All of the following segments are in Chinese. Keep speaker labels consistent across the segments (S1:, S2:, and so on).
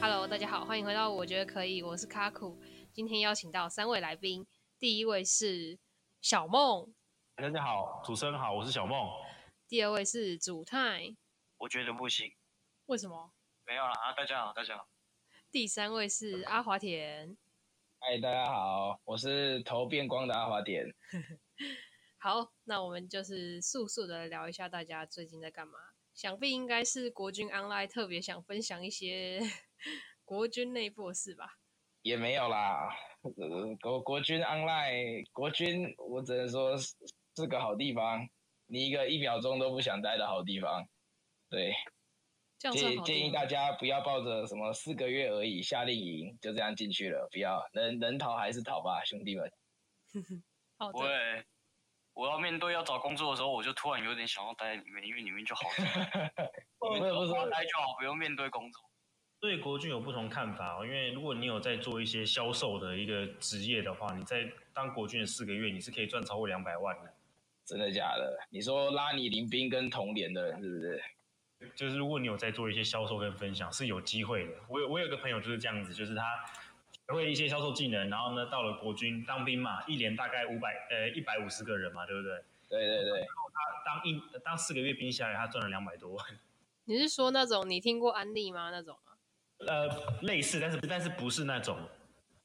S1: Hello，大家好，欢迎回到我觉得可以，我是卡酷。今天邀请到三位来宾，第一位是小梦，
S2: 哎
S3: 大家好，主持人好，我是小梦。
S1: 第二位是主泰，
S4: 我觉得不行。
S1: 为什么？
S4: 没有了啊！大家好，大家好。
S1: 第三位是阿华田。
S2: 嗨，哎大家好，我是头变光的阿华点。
S1: 好，那我们就是速速的聊一下大家最近在干嘛。想必应该是国军 online 特别想分享一些 国军内部的事吧。
S2: 也没有啦，呃国国军 online，国军我只能说是是个好地方，你一个一秒钟都不想待的好地方。对，
S1: 这样算
S2: 建
S1: 好
S2: 建议
S1: 听
S2: 大
S1: 吗？
S2: 家不要抱着什么四个月而已夏令营就这样进去了，不要能能逃还是逃吧，兄弟们。
S1: 好
S4: 不
S1: 的，
S4: 会，我要面对要找工作的时候，我就突然有点想要待在里面，因为里面就好待，
S2: 不是不是，
S4: 好待就好，不用面对工作。
S3: 对国军有不同看法哦，因为如果你有在做一些销售的一个职业的话，你在当国军的四个月，你是可以赚超过两百万的。
S2: 真的假的？你说拉你林兵跟同联的人是不是？
S3: 就是如果你有在做一些销售跟分享，是有机会的。我有我有个朋友就是这样子，就是他学会一些销售技能，然后呢到了国军当兵嘛，一连大概五百呃一百五十个人嘛，对不对？
S2: 对对对，
S3: 他当一当四个月兵下来，他赚了两百多万。
S1: 你是说那种你听过安利吗？那种吗？
S3: 呃，类似，但是但是不是那种，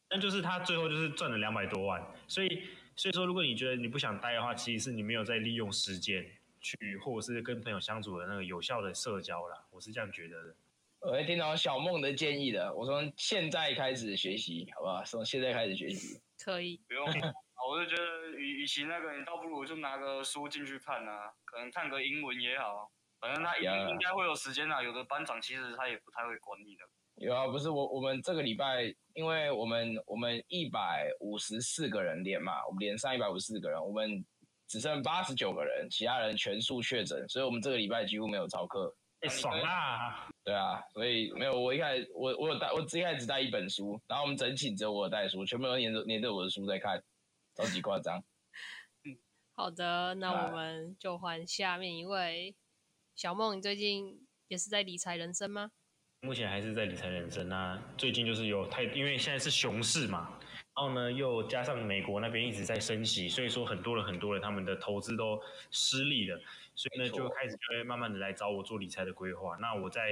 S3: 但就是他最后就是赚了两百多万，所以所以说，如果你觉得你不想待的话，其实是你没有在利用时间去，或者是跟朋友相处的那个有效的社交啦，我是这样觉得的。
S2: 我会听从小梦的建议的，我从现在开始学习，好不好？从现在开始学习。
S1: 可以，
S4: 不用， 啊我就觉得，与与其那个，你倒不如就拿个书进去看啊，可能看个英文也好，反正他一定
S2: Yeah
S4: 应该会有时间啊。有的班长其实他也不太会管你的。
S2: 有啊，不是我，我们这个礼拜，因为我们我们一百五十四个人连嘛，我们连上一百五十四个人，我们只剩八十九个人，其他人全数确诊，所以我们这个礼拜几乎没有操课。
S3: 哎、爽啦！
S2: 对啊，所以没有我一开始我我有带我一开始只带一本书，然后我们整寝只有我有带书，全部都黏着黏着我的书在看，超级夸张。
S1: 好的，那
S2: 哎
S1: 我们就换下面一位。小梦，你最近也是在理财人生吗？
S3: 目前还是在理财人生啊，最近就是有太，因为现在是熊市嘛，然后呢又加上美国那边一直在升息，所以说很多人很多人他们的投资都失利了，所以呢
S2: 没错
S3: 就开始就会慢慢的来找我做理财的规划。那我在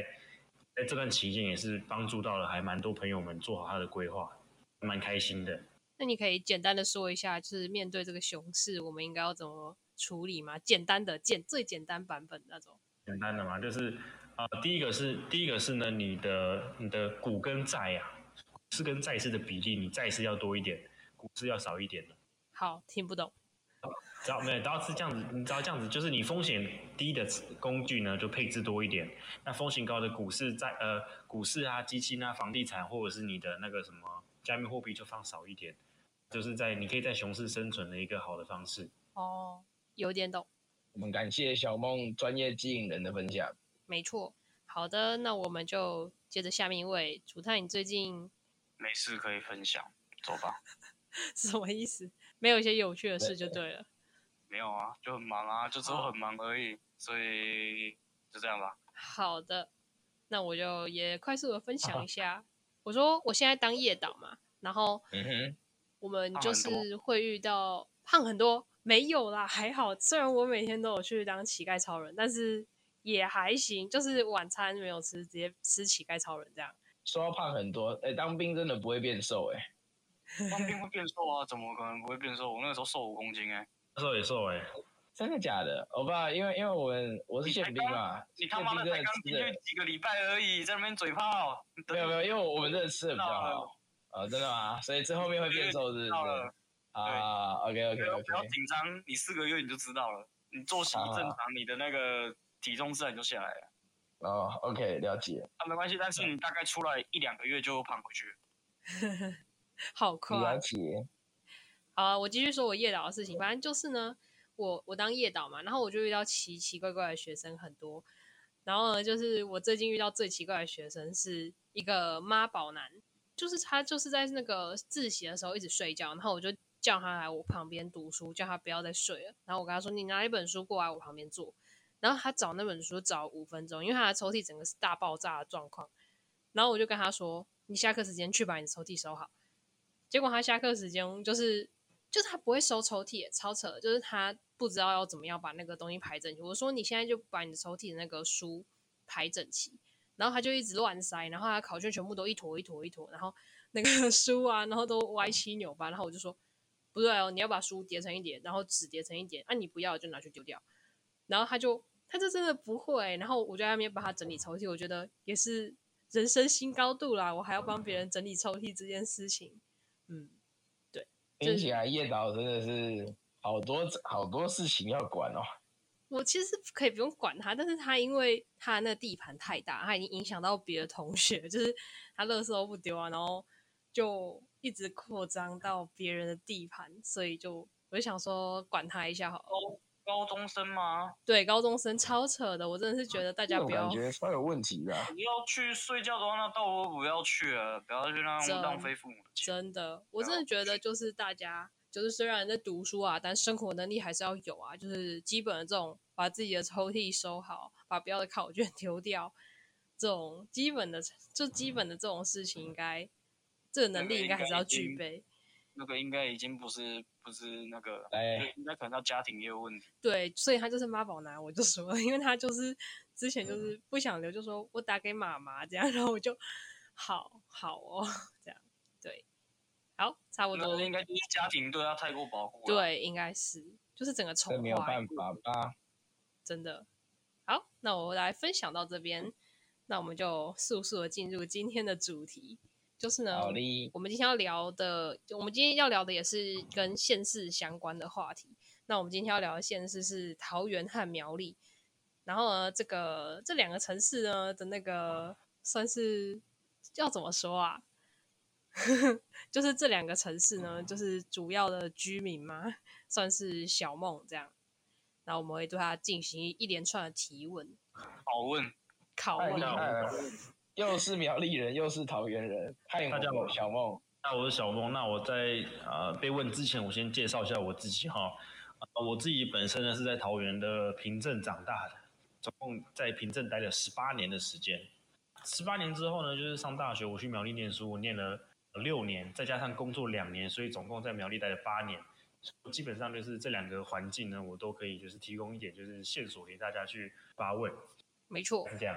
S3: 在这段期间也是帮助到了还蛮多朋友们做好他的规划，蛮开心的。
S1: 那你可以简单的说一下，就是面对这个熊市，我们应该要怎么处理吗？简单的简最简单版本那种。
S3: 简单的嘛，就是啊、呃第一个是第一个是呢，你的你的股跟债呀、啊，是跟债市的比例，你债市要多一点，股市要少一点的。
S1: 好，听不懂。
S3: 只要没有，只要是这样子，你只要这样子，就是你风险低的工具呢，就配置多一点。那风险高的股市在呃股市啊、基金啊、房地产或者是你的那个什么加密货币就放少一点，就是在你可以在熊市生存的一个好的方式。
S1: 哦，有点懂。
S2: 我们感谢小梦专业经营人的分享。
S1: 没错。好的，那我们就接着下面一位主太，你最近
S4: 没事可以分享，走吧。
S1: 是什么意思？没有一些有趣的事就对了。
S4: 没有啊，就很忙啊，就只有很忙而已，所以就这样吧。
S1: 好的，那我就也快速的分享一下。我说我现在当夜导嘛，然后
S2: 嗯哼，
S1: 我们
S4: 胖
S1: 就
S4: 很多
S1: 是会遇到胖很多，没有啦，还好。虽然我每天都有去当乞丐超人，但是也还行，就是晚餐没有吃，直接吃乞丐超人这样。
S2: 说到胖很多，哎、当兵真的不会变瘦、哎。
S4: 当兵会变瘦啊？怎么可能不会变瘦？我那个时候瘦五公斤哎、
S3: 那时候也瘦哎、
S2: 真的假的？我爸，因为因为我们我是
S4: 你才
S2: 宪兵嘛，
S4: 你
S2: 宪
S4: 他妈
S2: 兵
S4: 的
S2: 真的
S4: 才刚
S2: 吃
S4: 进
S2: 的
S4: 去几个礼拜而已，在那边嘴炮，你等
S2: 没有没有，因为我们真的吃的比较
S4: 到
S2: 好
S4: 了
S2: 啊，真的吗？所以这后面会变瘦是不是？
S4: 到了，
S2: 啊，OK
S4: 不
S2: OK
S4: 要不要
S2: OK，
S4: 紧张，你四个月你就知道了，你作息
S2: 好好
S4: 正常，你的那个体重自然就下来了。
S2: 哦，OK 了解，
S4: 啊，没关系，但是你大概出来一两个月就胖回去。
S1: 好快，
S2: 了解，
S1: 好啊，我继续说我夜导的事情。反正就是呢，我我当夜导嘛，然后我就遇到奇奇怪怪的学生很多。然后呢，就是我最近遇到最奇怪的学生是一个妈宝男，就是他就是在那个自习的时候一直睡觉，然后我就叫他来我旁边读书，叫他不要再睡了。然后我跟他说：“你拿一本书过来我旁边坐。”然后他找那本书找五分钟，因为他的抽屉整个是大爆炸的状况。然后我就跟他说：“你下课时间去把你的抽屉收好。”结果他下课时间就是就是他不会收抽屉耶，超扯，就是他不知道要怎么样把那个东西排整齐。我说：“你现在就把你的抽屉的那个书排整齐。”然后他就一直乱塞，然后他考卷全部都一坨一坨一坨，然后那个 书啊，然后都歪七扭八。然后我就说：“不对哦，你要把书叠成一叠，然后纸叠成一叠，啊，你不要就拿去丢掉。”然后他就他就真的不会，然后我就在那边帮他整理抽屉，我觉得也是人生新高度啦。我还要帮别人整理抽屉这件事情，嗯，
S2: 听起来叶导真的是好多好多事情要管哦。
S1: 我其实可以不用管他，但是他因为他那个地盘太大，他已经影响到别的同学， 就是他垃圾都不丢啊，然后就一直扩张到别人的地盘，所以就我就想说管他一下好了。
S4: 高中生吗？
S1: 对，高中生超扯的，我真的是觉得大
S2: 这
S1: 家
S2: 种
S1: 不要
S2: 哦感觉超有问题的啊、
S4: 你要去睡觉的话，那倒不如不要去了，不要去让
S1: 真
S4: 浪费父母的钱。
S1: 真的，我真的觉得就是大家就是虽然在读书啊，但生活能力还是要有啊，就是基本的这种把自己的抽屉收好，把不要的考卷 丢掉，这种基本的就基本的这种事情，应该这个能力应该还是要具备。
S4: 那个应该已经不是不是那个，
S2: 哎，
S4: 应该可能到家庭也有问题。
S1: 对，所以他就是妈宝男，我就说， 因为他就是之前就是不想留，就说我打给妈妈这样，然后我就好好哦，这样对，好，差不
S4: 那
S1: 多
S4: 个，应该就是家庭对他太过保护。，
S1: 对，应该是就是整个
S2: 这
S1: 宠
S2: 没有
S1: 坏
S2: 办法吧？
S1: 真的。好，那我来分享到这边，那我们就速速的进入今天的主题，就是呢，
S2: 好的，
S1: 我们今天要聊的，我们今天要聊的也是跟县市相关的话题。那我们今天要聊的县市是桃园和苗栗，然后呢，这个这两个城市呢的那个算是要怎么说啊？ 就是这两个城市呢，就是主要的居民嘛，算是小梦这样。然后我们会对他进行一连串的提问、
S4: 好问，
S1: 拷
S2: 太厉
S1: 问。哦
S2: 害了，又是苗栗人，又是桃园人，太
S3: 大家
S2: 猛了
S3: 好
S2: 小梦。
S3: 那我是小梦，那我在呃被问之前，我先介绍一下我自己哈。呃，我自己本身呢是在桃园的平镇长大的，总共在平镇待了十八年的时间。十八年之后呢，就是上大学，我去苗栗念书，我念了呃六年，再加上工作两年，所以总共在苗栗待了八年。基本上就是这两个环境呢，我都可以就是提供一点就是线索给大家去发问，
S1: 没错，
S3: 这样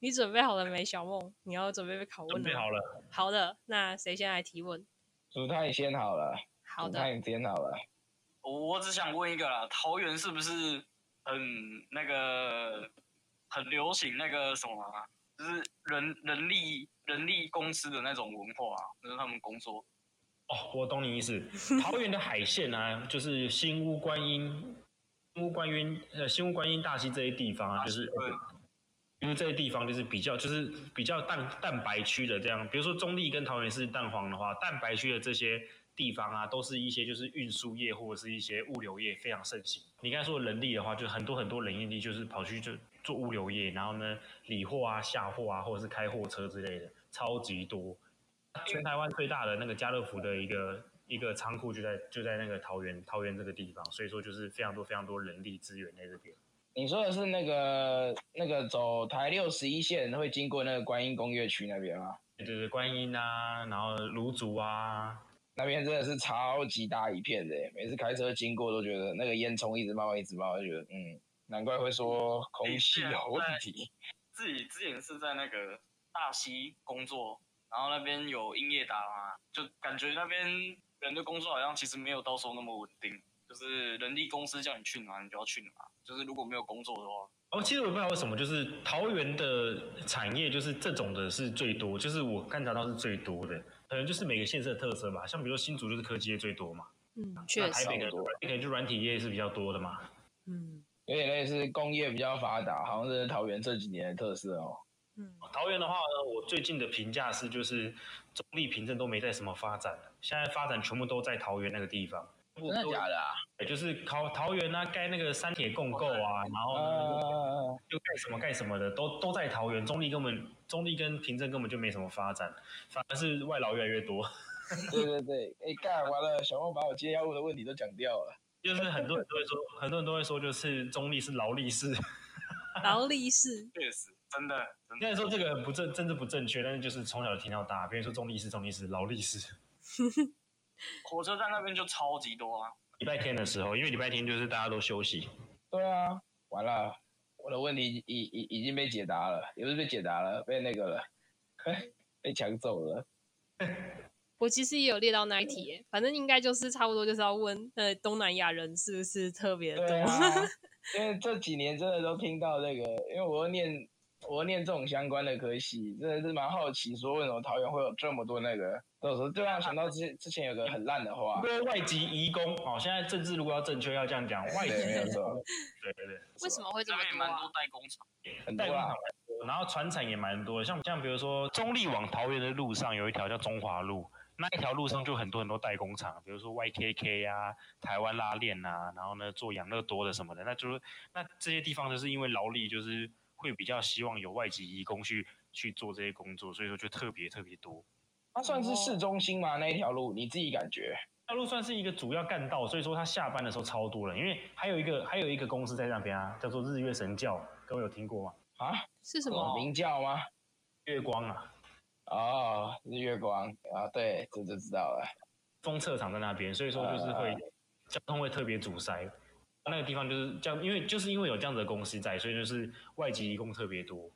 S1: 你准备好了没，小梦？你要准备被拷问
S3: 准
S1: 了
S3: 备
S1: 吗
S3: 好了。
S1: 好的，那谁先来提问？
S2: 煮太先好了，
S1: 好
S2: 煮
S1: 的，
S2: 太先好了。
S4: 我我只想问一个啦，桃园是不是很那个很流行那个什么啊？就是人人力人力公司的那种文化啊，就是他们工作。
S3: 哦，我懂你意思。桃园的海线啊，就是新屋观音、新屋观音、呃新屋观音大溪这些地方啊，就是
S4: 对
S3: 因为这些地方就是比较就是比较蛋蛋白区的这样，比如说中立跟桃园是蛋黄的话，蛋白区的这些地方啊，都是一些就是运输业或者是一些物流业非常盛行。你刚才说人力的话，就很多很多人力就是跑去就做物流业，然后呢理货啊、下货啊，或者是开货车之类的，超级多。全台湾最大的那个家乐福的一个一个仓库就在就在那个桃园桃园这个地方，所以说就是非常多非常多人力资源在这边。
S2: 你说的是那个那个走台六十一线会经过那个观音工业区那边吗？
S3: 对对对，观音啊，然后芦竹啊，
S2: 那边真的是超级大一片的耶，每次开车经过都觉得那个烟囱一直冒，一直冒，就觉得嗯，难怪会说空气有问题。
S4: 自己之前是在那个大溪工作，然后那边有英业达嘛，就感觉那边人的工作好像其实没有到时候那么稳定，就是人力公司叫你去哪你就要去哪，就是如果没有工作的话，
S3: 哦，其实我不知道为什么，就是桃园的产业就是这种的是最多，就是我观察到是最多的，可能就是每个县市的特色吧。像比如说新竹就是科技业最多嘛，
S1: 嗯，
S3: 那
S1: 确
S3: 台
S1: 实，
S3: 北的
S2: 差不多
S3: 可能就软体业是比较多的嘛。
S1: 嗯
S2: 有点类似工业比较发达，好像是桃园这几年的特色哦。
S1: 嗯，
S3: 桃园的话呢，我最近的评价是就是中立平镇都没在什么发展了，现在发展全部都在桃园那个地方。
S2: 真的假的啊？
S3: 对就是桃桃园啊，盖那个三铁共构啊，然后
S1: 哦
S3: 呢
S2: 呃，
S3: 就盖什么盖什么的，都都在桃园。中立根本中立跟平镇根本就没什么发展，反而是外劳越来越多。
S2: 对对对，哎、干完了，小梦把我接下问的问题都讲掉了。
S3: 就是很多人都会说，很多人都会说，就是中立是劳力士，
S1: 劳力士，
S4: 确实真的真
S3: 虽
S4: 的
S3: 然说这个不正政治不正确，但是就是从小就听到大，别人说中立式、中立式、劳力士。
S4: 火车站那边就超级多啊。
S3: 礼拜天的时候，因为礼拜天就是大家都休息，
S2: 对啊，完了，我的问题已已已已经被解答了，也不是被解答了，被那个了，被抢走了。
S1: 我其实也有列到那一题耶，反正应该就是差不多就是要问，呃，东南亚人是不是特别多？
S2: 对啊，因为这几年真的都听到这个，因为我又念我又念这种相关的科系，真的是蛮好奇，说为什么桃园会有这么多那个。到时候对啊，想到之前之前有个很烂的话，
S3: 对外籍移工哦，现在政治如果要正确，要这样讲，外籍
S2: 对，没有
S3: 移工，
S2: 错，
S3: 对对对，
S1: 为什么会这
S4: 这
S1: 么
S4: 边也
S1: 多
S4: 蛮
S1: 啊
S4: 多？代工厂，
S2: 很多
S3: 代工厂
S2: 啦
S3: 蛮。多，然后船产也蛮多的，像像比如说中立往桃园的路上有一条叫中华路，那一条路上就很多很多代工厂，比如说 YKK 啊、台湾拉链啊，然后呢做养乐多的什么的，那就是那这些地方就是因为劳力就是会比较希望有外籍移工去去做这些工作，所以说就特别特别多。
S2: 它算是市中心吗？那一条路，你自己感觉？
S3: 大陆算是一个主要干道，所以说他下班的时候超多人，因为还有一个还有一个公司在那边啊，叫做日月神教，各位有听过吗？
S1: 是什
S2: 啊什
S1: 么？
S2: 明教吗？
S3: 月光啊，
S2: 哦，日月光啊，对，这就知道了。
S3: 封测厂在那边，所以说就是会、交通会特别阻塞。啊那个地方就是这样，因为就是因为有这样子的公司在，所以就是外籍移工特别多。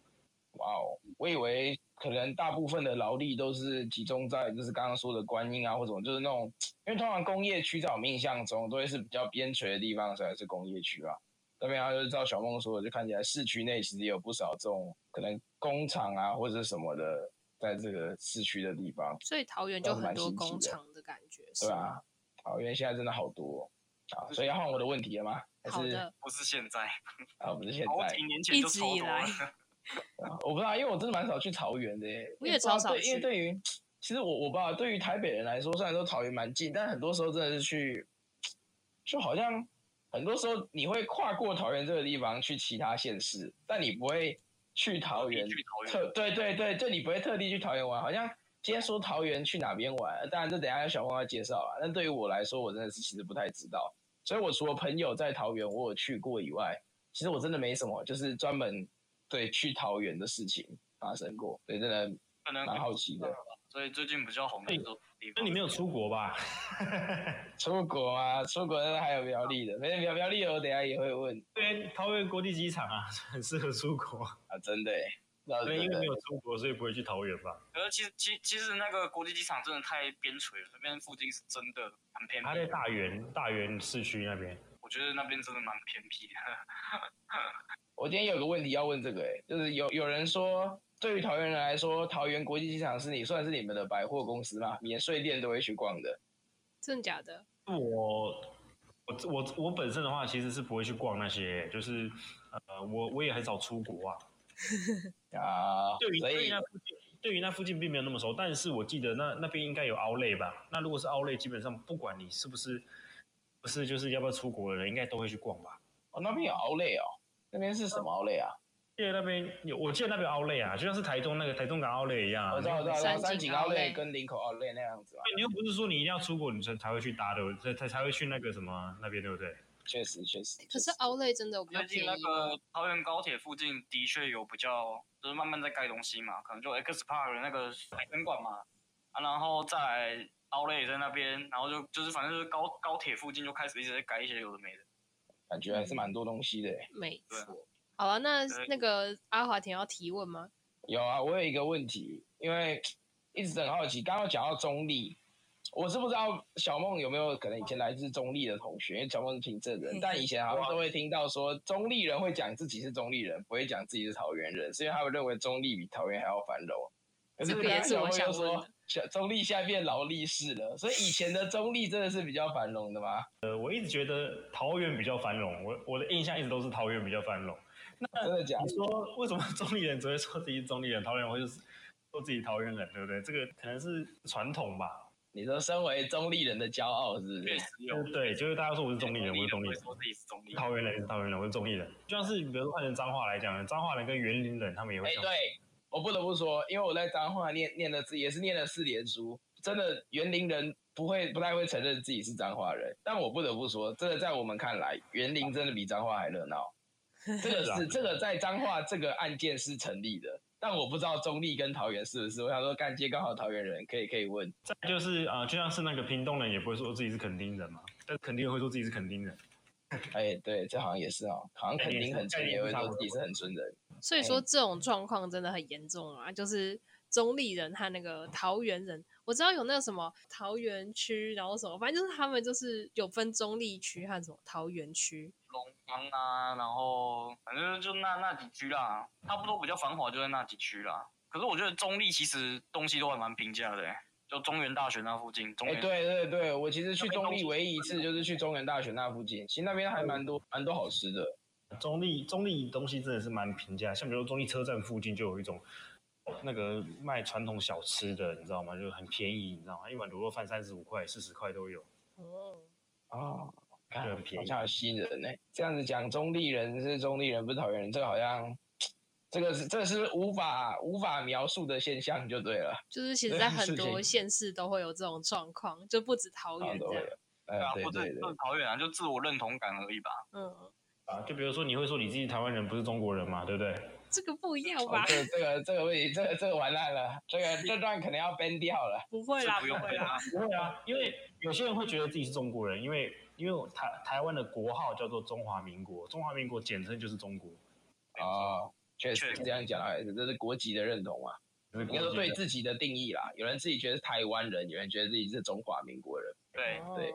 S2: 哇哦，我以为可能大部分的劳力都是集中在就是刚刚说的观音啊，或者什么，就是那种，因为通常工业区在我们印象中都会是比较边陲的地方才是工业区啊。那边啊，就是照小梦说的，就看起来市区内其实也有不少这种可能工厂啊或者是什么的，在这个市区的地方，
S1: 所以桃园就很多工厂的感觉，是
S2: 对
S1: 吗？
S2: 吧、啊？桃园现在真的好多、哦、啊，所以要换我的问题了吗？还
S1: 好
S2: 是
S1: 的，
S4: 不是现在，
S2: 啊，不是现
S4: 好
S2: 在
S4: 几，年前就超
S1: 一直以
S4: 多了
S1: 来。
S2: 我不知道，因为我真的蛮少去桃园的耶。
S1: 我也超少
S2: 对因为
S1: 去
S2: 对于，其实我我吧，对于台北人来说，虽然说桃园蛮近，但很多时候真的是去，就好像很多时候你会跨过桃园这个地方去其他县市，但你不会去桃园
S4: 去桃园
S2: 特对对对，就你不会特地去桃园玩，好像。今天说桃园去哪边玩，当然这等一下有小朋友介绍啊。但对于我来说，我真的是其实不太知道，所以我除了朋友在桃园我有去过以外，其实我真的没什么，就是专门对去桃园的事情发生过，所以真的
S4: 可能
S2: 蛮好奇的。
S4: 所以最近比较红的都地
S3: 那
S4: 方
S3: 你没有出国吧？
S2: 出国啊，出国那还有苗栗的，没有苗苗栗的我等一下也会问
S3: 对，桃园国际机场啊，很适合出国。
S2: 啊，真的、欸，那
S3: 对，
S2: 真
S3: 因为
S2: 的
S3: 没有出国，所以不会去桃园吧？
S4: 可是其实其其实那个国际机场真的太边陲了，那边附近是真的很偏
S3: 他
S4: 僻，
S3: 在大园大园市区那边。
S4: 我觉得那边真的蛮偏僻的。
S2: 我今天有个问题要问这个、欸，就是有有人说，对于桃园人来说，桃园国际机场是你算是你们的百货公司嘛，免税店都会去逛的。
S1: 真的假的？
S3: 我我我我本身的话，其实是不会去逛那些，就是呃，我我也很少出国啊。
S2: 啊，
S3: 对于
S2: 所
S3: 对于
S2: 以
S3: 那附近，对于那附近并没有那么熟，但是我记得那那边应该有 Outlet 吧？那如果是 Outlet，基本上不管你是不是不是就是要不要出国的人，应该都会去逛吧。
S2: 哦那边有 Outlet 哦，那边是什么 Outlet 啊？
S3: 记得那边有，我记得那边 Outlet 啊，就像是台中那个台中港 Outlet 一样啊。
S2: 我知道，我知道，我知道
S1: 三
S2: 三
S1: 井
S2: 井 Outlet
S1: Outlet
S2: 跟林口 Outlet 那样子嘛。
S3: 对你又不是说你一定要出国，你才才会去搭的，才才才会去那个什么啊那边，对不对？
S2: 确实，确实。
S1: 可是 Outlet 真的比较
S4: 最
S1: 便
S4: 近
S1: 宜
S4: 那，个桃园高铁附近的确有比较，就是慢慢在盖东西嘛，可能就 X Park 的那个海参馆嘛，啊，然后再来 Outlet 也在那边，然后就就是反正就是高高铁附近就开始一直在改一些有的没的。
S2: 感觉还是蛮多东西的欸。
S1: 没
S4: 对啊
S1: 错。好了，那
S4: 对
S1: 那个阿华田要提问吗？
S2: 有啊，我有一个问题，因为一直很好奇，刚刚讲到中立，我是不知道小梦有没有可能以前来自中立的同学，因为小梦是平
S1: 嗯
S2: 镇人，但以前好像都会听到说中立人会讲自己是中立人，不会讲自己是桃园人，是因为他们认为中立比桃园还要繁荣。可是
S1: 这个
S2: 刚刚
S1: 也是
S2: 小
S1: 我
S2: 梦又
S1: 想问
S2: 说
S1: 的，
S2: 小中立现在变劳力士了，所以以前的中立真的是比较繁荣的吗？
S3: 呃，我一直觉得桃园比较繁荣，我我的印象一直都是桃园比较繁荣。
S2: 真的假的
S3: 你？说为什么中立人只会说自己是中立人，桃园人会就是说自己桃园人，对不对？这个可能是传统吧。
S2: 你说身为中立人的骄傲是不是？
S4: 确实有，
S3: 对，就是大家说我是中立人，我是中立
S4: 会
S3: 人，
S4: 说自己是中立人。
S3: 桃园人是桃园人，我是中立人。就像是比如说换成彰化来讲，彰化人跟园林人他们也会
S2: 哎、
S3: 像。
S2: 对我不得不说，因为我在彰化念念的也是念了四年书，真的园林人不会不太会承 认自己是彰化人，但我不得不说，真的在我们看来，园林真的比彰化还热闹。这个
S3: 是啊
S2: 是这个在彰化这个案件是成立的，但我不知道中立跟桃园是不是。我想说，干街刚好桃园人可以可以问，
S3: 再就是啊、呃就像是那个屏东人也不会说自己是垦丁人嘛，但是垦丁人会说自己是垦丁人。
S2: 哎，对，这好像也是哦，好像肯定很纯也会说自己是很纯人，
S1: 所以
S2: 哎
S1: 说这种状况真的很严重啊，就是中立人和那
S2: 哦
S1: 个桃园人，我知道有那个什么桃园区，然后什么，反正就是他们就是有分中立区和什么桃园区。
S4: 龙岗啊，然后反正就那那几区啦，差不多比较繁华就在那几区啦。可是我觉得中立其实东西都还蛮平价的、欸，就中原大学那附近，中
S2: 哎，
S4: 原、
S2: 对对对，我其实去中立唯一一次就是去中原大学那附近，其实那边还蛮多蛮多好吃的。
S3: 中立中立东西真的是蛮平价，像比如说中立车站附近就有一种那个卖传统小吃的，你知道吗？就是很便宜，你知道吗？一碗卤肉饭三十五块、四十块都有。
S1: 哦，
S2: 哦，看
S3: 对很便宜
S2: 好像有吸人呢、这样子讲中立人是中立人，不是桃园人，这个好像，这个是这是无法无法描述的现象就对了，
S1: 就是其实，
S2: 对
S1: 在很
S2: 是可以
S1: 多县市都会有这种状况，就不止桃
S2: 啊
S1: 园
S2: 都
S1: 这
S2: 会
S1: 样。
S2: 有，呃
S4: 啊，
S2: 对
S4: 或者
S2: 对
S4: 是
S2: 对，
S4: 桃园啊，就自我认同感而已吧。
S1: 嗯，
S3: 啊，就比如说你会说你自己台湾人不是中国人嘛，对不对？
S1: 这个不一样
S2: 哦
S1: 吧？
S2: 这个这个这个问题，这个这个完蛋了，这个这段可能要 ban 掉了。
S1: 不会
S4: 是
S1: 啦，
S4: 不
S1: 不
S4: 用
S1: 会啦。
S3: 不会啊，因为有些人会觉得自己是中国人，因为因为我台台湾的国号叫做中华民国，中华民国简称就是中国。
S4: 啊
S2: 哦，确
S4: 确
S2: 实
S4: 实
S2: 这样讲来，这是国籍的认同嘛，
S3: 就是
S2: 应该
S3: 国际
S2: 说
S3: 的
S2: 对自己的定义啦。有人自己觉得是台湾人，有人觉得自己是中华民国人。
S4: 对，
S1: 哦
S2: 哎对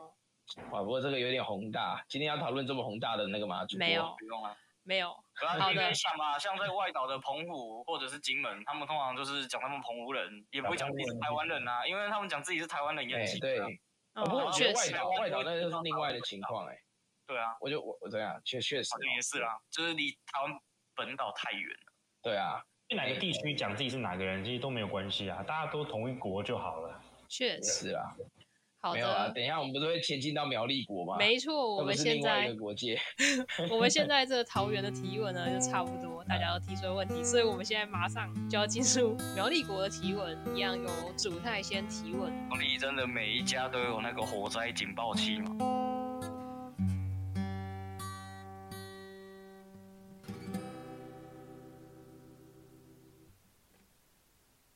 S2: 哇，不过这个有点宏大，今天要讨论这么宏大的那个吗？主播哎
S1: 没有
S4: 不用啊。
S1: 没有，
S4: 然后
S1: 好
S4: 你可
S1: 的
S4: 以想嘛，像在外岛的澎湖或者是金门，他们通常就是讲他们澎湖人，也不会讲自己是台湾人啊，因为他们讲自己是台湾人也很
S2: 哎
S4: 奇怪
S2: 对
S4: 啊。，
S2: 哦不过我
S1: 嗯，
S2: 觉
S1: 确
S2: 得外
S1: 实，
S2: 岛外岛那就是另外的情况哎、
S4: 对啊，
S2: 我就我我怎样，确确实哦
S4: 好像也是啦，就是离台湾本岛太远了。
S2: 对啊，
S3: 去哪个地区讲自己是哪个人，其实都没有关系啊，大家都同一国就好了。
S1: 确实
S2: 是啊，
S1: 好
S2: 没有啊。
S1: 的，
S2: 等一下我们不是会前进到苗栗国吗？，
S1: 没错。我们现
S2: 另外一
S1: 在
S2: 个国界。
S1: 我们现在这个桃园的提问呢，就差不多，大家都提出了问题，所以我们现在马上就要进入苗栗国的提问，一样由主太先提问。
S4: 苗栗真的每一家都有那个火灾警报器嘛？